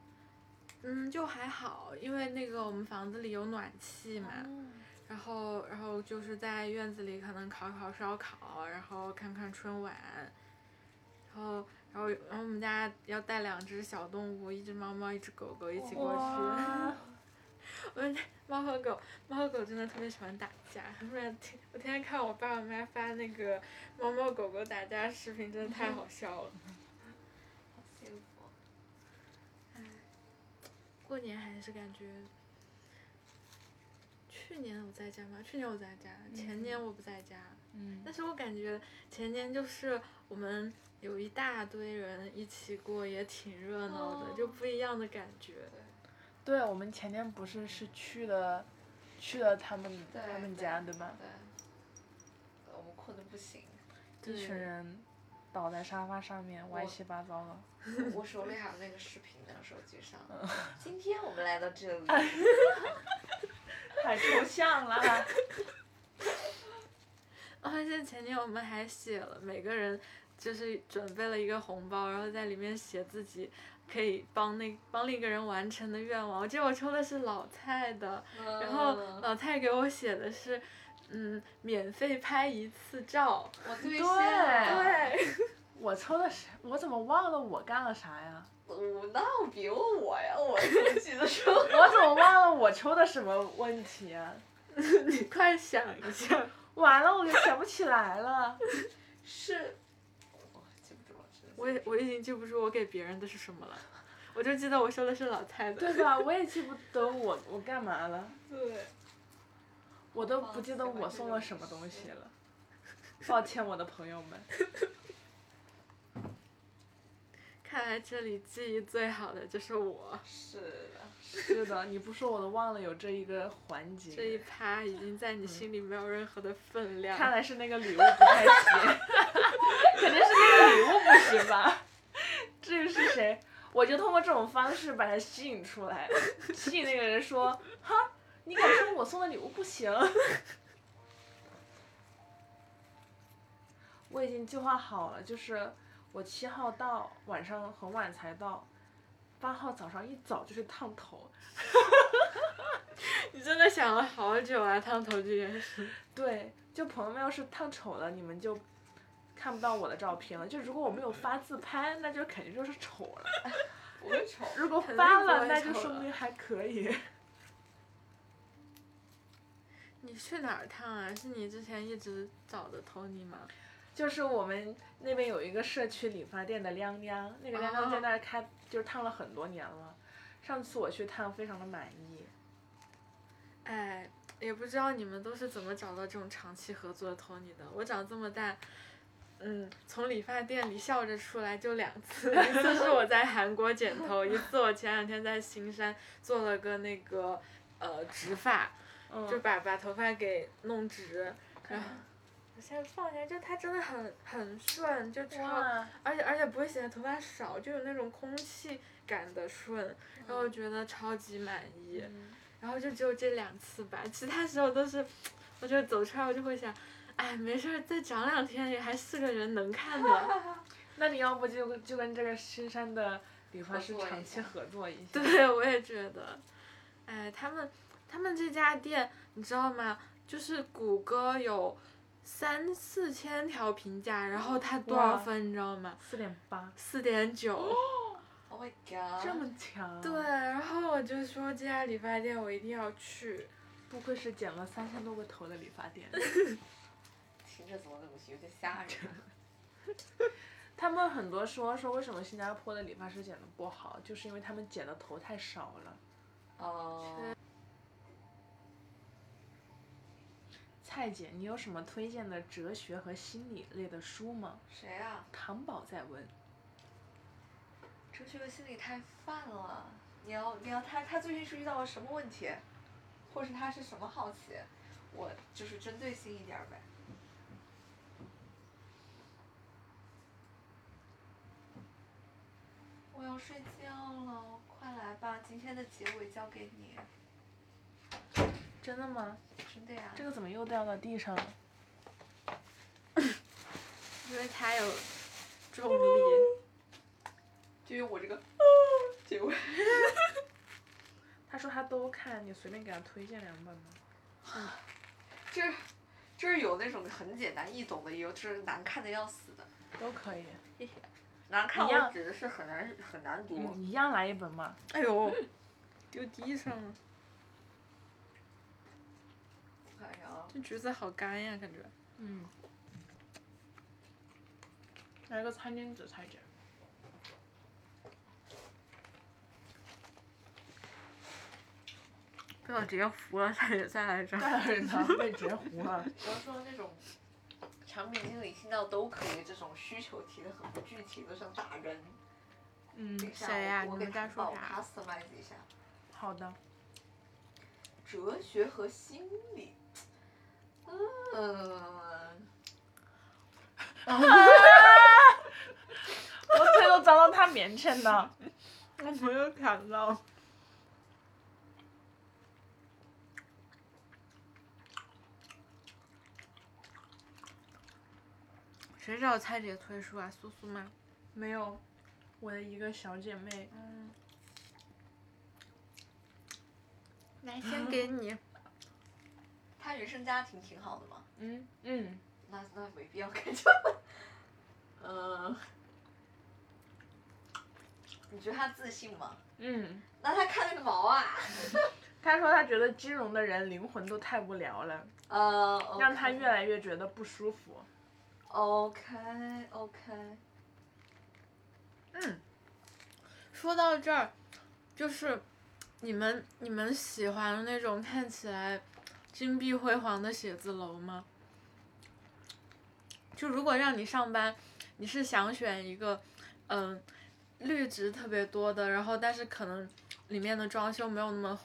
嗯，就还好，因为那个我们房子里有暖气嗯嘛，然后然后就是在院子里可能烤烤烧烤，然后看看春晚，然后然后然后我们家要带两只小动物，一只猫猫，一只狗狗一起过去。哇，我们家 猫和狗，猫和狗真的特别喜欢打架，不然天我天天看我爸我妈发那个猫猫狗狗打架视频，真的太好笑了。好幸福。过年还是感觉，去年我在家吗？去年我在家，前年我不在家。嗯但是我感觉前年就是我们有一大堆人一起过，也挺热闹的，哦就不一样的感觉。对，我们前天不是是去了，去了他们对他们对家对吧？对，我们困的不行。一群人倒在沙发上面，歪我七八糟的。我手里还有那个视频呢，手机上。嗯 今天我们来到这里， 哎嗯太抽象了。我发现前天我们还写了每个人就是准备了一个红包，然后在里面写自己可以帮那帮另一个人完成的愿望。我记得我抽的是老蔡的，然后嗯老蔡给我写的是。嗯，免费拍一次照， 我对对线，对， 我抽的是，我怎么忘了我干了啥呀？。我哦那我别问我呀，我出去的时候 我怎么忘了我抽的什么问题啊？你快想一下，完了，我给想不起来了。是，我记不住了，真的我也我已经记不住我给别人的是什么了，我就记得我说的是老蔡的，对吧？我也记不得我我干嘛了，对，我都不记得我送了什么东西了。 抱歉，我的朋友们。看来这里记忆最好的就是我，是的，是的，你不说我都忘了有这一个环节。这一趴已经在你心里没有任何的分量。看来是那个礼物不太行， 肯定是那个礼物不行吧？ 至于是谁，我就通过这种方式把他吸引出来，吸引那个人说：“哈，你敢说我送的礼物不行？” 我已经计划好了，就是我七号到，晚上很晚才到，八号早上一早就去烫头。你真的想了好久啊，烫头这件事。对，就朋友们要是烫丑了，你们就看不到我的照片了。就如果我没有发自拍，那就肯定就是丑了。不会丑。如果肯发定不了，会那就丑说了明还可以。你去哪儿烫啊？是你之前一直找的 Tony 吗？就是我们那边有一个社区理发店的亮亮，那个亮哦亮在那儿开，就是烫了很多年了。上次我去烫，非常的满意。哎，也不知道你们都是怎么找到这种长期合作的 Tony 的。我长这么大，嗯，从理发店里笑着出来就两次，一次是我在韩国剪头，一次我前两天在新山做了个那个呃直发，就嗯，把把头发给弄直，然后。我现在放下，就它真的很很顺，就超哇，而且而且不会显得头发少，就有那种空气感的顺，然后我觉得超级满意。然后就只有这两次吧，其他时候都是，我就走出来我就会想，哎，没事儿，再长两天也还是个人能看的。那你要不就就跟这个深山的理发合师作一长期下合作一下？对，我也觉得，哎，他们他们这家店你知道吗？就是谷歌有三四千条评价，然后它多哇少分你知道吗？四点八，四点九。 Oh my god！这么强？啊对，，然后我就说这家理发店我一定要去。不愧是剪了三千多个头的理发 店。听着怎么怎么有点吓人。他们很多说说为什么新加坡的理发师剪的不好，就是因为他们剪的头太少了。哦，蔡姐，你有什么推荐的哲学和心理类的书吗？谁啊？糖宝在问。哲学和心理太泛了。你要你要他他最近是遇到了什么问题，或是他是什么好奇，我就是针对性一点儿呗。我要睡觉了，快来吧！今天的结尾交给你，真的吗？真的呀。这个怎么又掉到地上了？因为它有重力，就用我这个 结尾。他说他都看，你随便给他推荐两本吧。这儿这儿有那种很简单易懂的，也有就是难看的要死的。都可以，难看，一样我指的是很难很难读。嗯一样来一本嘛。 哎呦， 丢地上了。我看一下啊，这橘子好干呀，感觉。嗯。来个餐巾纸，蔡姐。被我直接糊了，再再来一张。大人呢？ 被截胡了。比方说那种产品经理听到都可以这种需求提的很不具体的，像打人。嗯，等一下谁呀我我你给们在他说帮我啥 customize 一下。好的。哲学和心理，嗯，棉签的。我没有想到。谁知道蔡姐退出啊？苏苏吗？没有，我的一个小姐妹。嗯，来，先给你。他原生家庭挺好的嘛，嗯嗯，那那没必要感觉。嗯，你觉得他自信吗？嗯，那他看个毛啊！他说他觉得金融的人灵魂都太无聊了，呃，让他越来越觉得不舒服。 OK OK，嗯，说到这儿，就是你们你们喜欢那种看起来金碧辉煌的写字楼吗？就如果让你上班，你是想选一个，嗯，绿植特别多的，然后但是可能里面的装修没有那么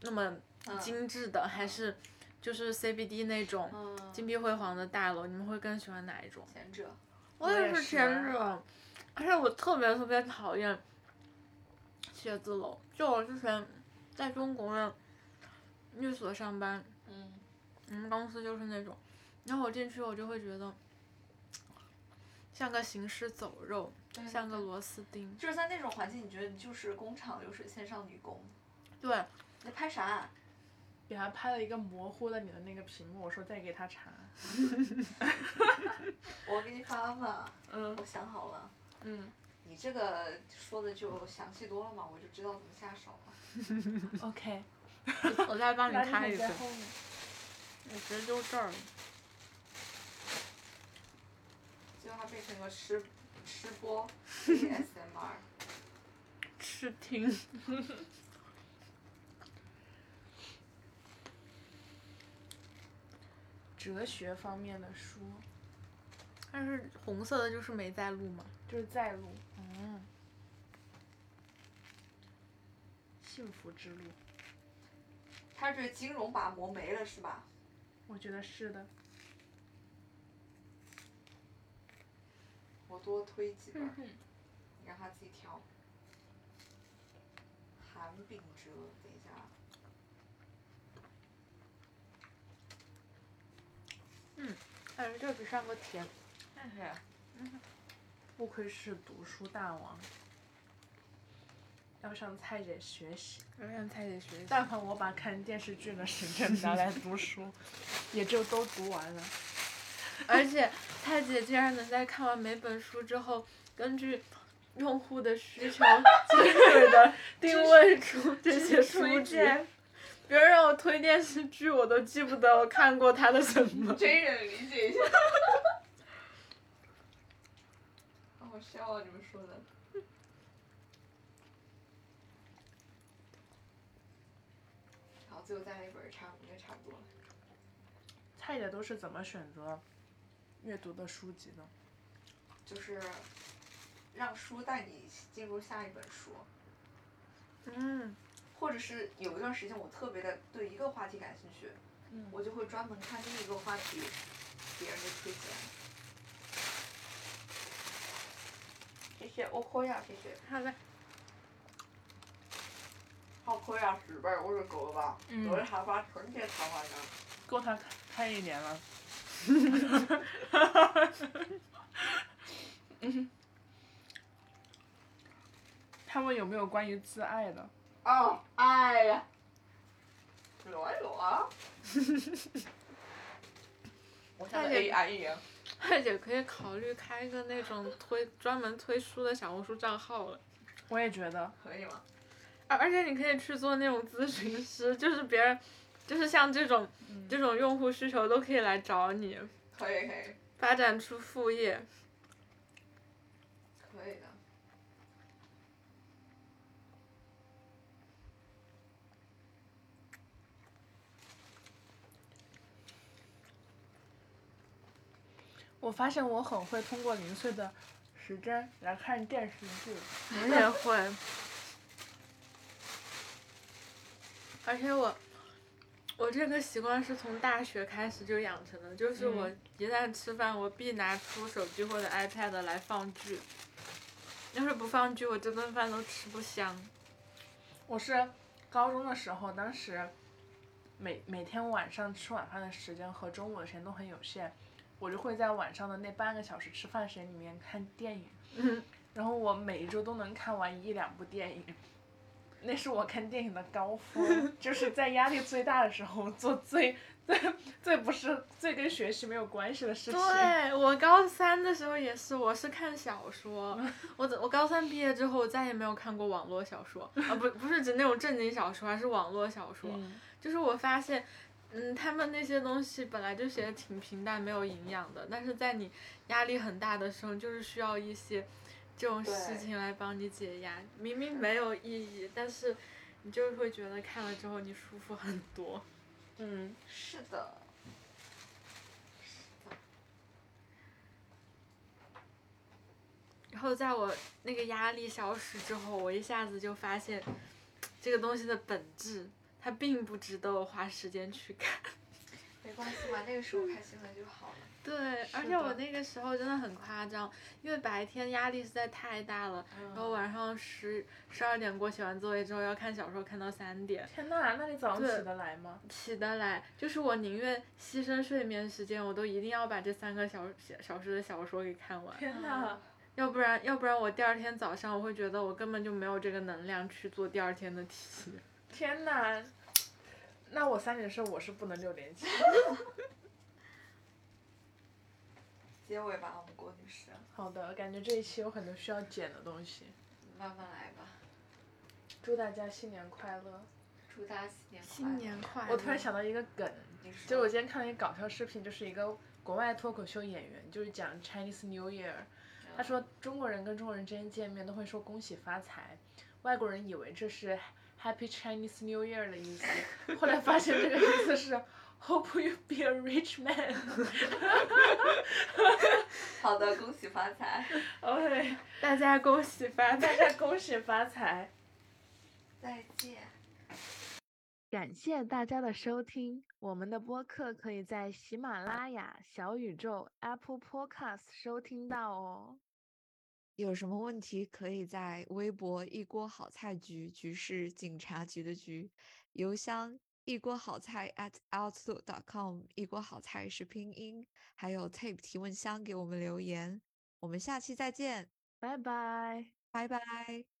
那么嗯精致的，还是就是 CBD 那种嗯，金碧辉煌的大楼，你们会更喜欢哪一种？前者，我我也也是是前者，而且我特别特别讨厌写字楼。就我之前在中国的律所上班，嗯，我们公司就是那种，然后我进去我就会觉得像个行尸走肉，对像个螺丝钉。就是在那种环境，你觉得你就是工厂流水线上女工，对，你在拍啥啊、给他拍了一个模糊的你的那个屏幕，我说再给他查。我给你发吧，嗯我想好了。嗯你这个说的就详细多了嘛，我就知道怎么下手了。 ，OK。我再 帮你那就开是一在个，后面我觉得就这儿了。最后它变成个吃吃播 ASMR。 吃听。哲学方面的书，但是红色的就是没在录嘛。就是在录嗯， 《幸福之路》，他觉得金融把磨没了是吧？我觉得是的。我多推几本儿，你让他自己挑。韩炳哲，等一下啊。但是这比上个甜。看看呀，不愧是读书大王，要向蔡姐学习。我让蔡姐学习。但凡我把看电视剧的时间拿来读书，也就都读完了。而且蔡姐竟然能在看完每本书之后，根据用户的需求精准 的定位出这些书推籍荐。别人让我推电视剧，我都记不得我看过他的什么。 真人理解一下。 好好笑啊！你们说的。然后最后再来一本儿差不多，应该差不多了。蔡姐都是怎么选择阅读的书籍呢？就是让书带你进入下一本书，嗯，或者是有一段时间我特别的对一个话题感兴趣，嗯我就会专门看另一个话题别人的推荐。谢谢，我可以啊，谢谢。好的。好，可以啊，十本，我说够了吧？嗯我的还把纯洁谈完了。够她看看一年了。嗯他们有没有关于自爱的？哦，哎呀，裸一裸 啊。我想那的就 AI 一样。蔡姐可以考虑开一个那种推专门推书的小红书账号了。我也觉得，可以吗？而而且你可以去做那种咨询师，就是别人，就是像这种这种用户需求都可以来找你，可以可以发展出副业。可以的。我发现我很会通过零碎的时间来看电视剧。我也会。而且我，我这个习惯是从大学开始就养成的，就是我一旦吃饭，我必拿出手机或者 iPad 来放剧。要是不放剧，我这顿饭都吃不香。我是高中的时候，当时每每天晚上吃晚饭的时间和中午的时间都很有限，我就会在晚上的那半个小时吃饭时间里面看电影，嗯然后我每一周都能看完一两部电影，那是我看电影的高 峰，就是在压力最大的时候做最最最不是最跟学习没有关系的事情。对我高三的时候也是，我是看小 说，我怎我高三毕业之后，我再也没有看过网络小说啊，不不是指那种正经小说，而是网络小说。嗯就是我发现，嗯，他们那些东西本来就写的挺平淡、没有营养的，但是在你压力很大的时候，就是需要一些这种事对情来帮你解压。明明没有意义，但是你就会觉得看了之后你舒服很多。 嗯，是的，然后在我那个压力消失之后，我一下子就发现这个东西的本质，它并不值得我花时间去看。没关系嘛，那个时候开心了就好了。对，而是且我的那个时候真的很夸张，因为白天压力实在太大了，然后晚上十十二点过写完作业之后要看小说，看到三点，天呐，那你早上对嗯起得来吗？起得来，就是我宁愿牺牲睡眠时间，我都一定要把这三个小小小时的小说给看 完，天呐，要不然要不然我第二天早上我会觉得我根本就没有这个能量去做第二天的题。天呐，那我三点睡我是不能六点起。结尾吧，我们郭女士， 好的，感觉这一期有很多需要剪的东西。慢慢来吧。祝大家新年快乐！祝大家新年快乐！新年快乐！我突然想到一个梗，你说，就我今天看了一个搞笑视频，就是一个国外脱口秀演员，就是讲 Chinese New Year，他说中国人跟中国人之间见面都会说恭喜发财，外国人以为这是 Happy Chinese New Year 的意思，后来发现这个意思是 Hope you be a rich man。好的，恭喜发 财， OK，大家恭喜发财！大家恭喜发财。再见。感谢大家的收听，我们的播客可以在喜马拉雅、小宇宙、Apple Podcast 收听到哦。有什么问题可以在微博“一锅好菜局”（局是警察局的局）邮箱“一锅好菜 at outlook.com”，一锅好菜是拼音，还有 tape 提问箱给我们留言。我们下期再见，拜拜。拜拜。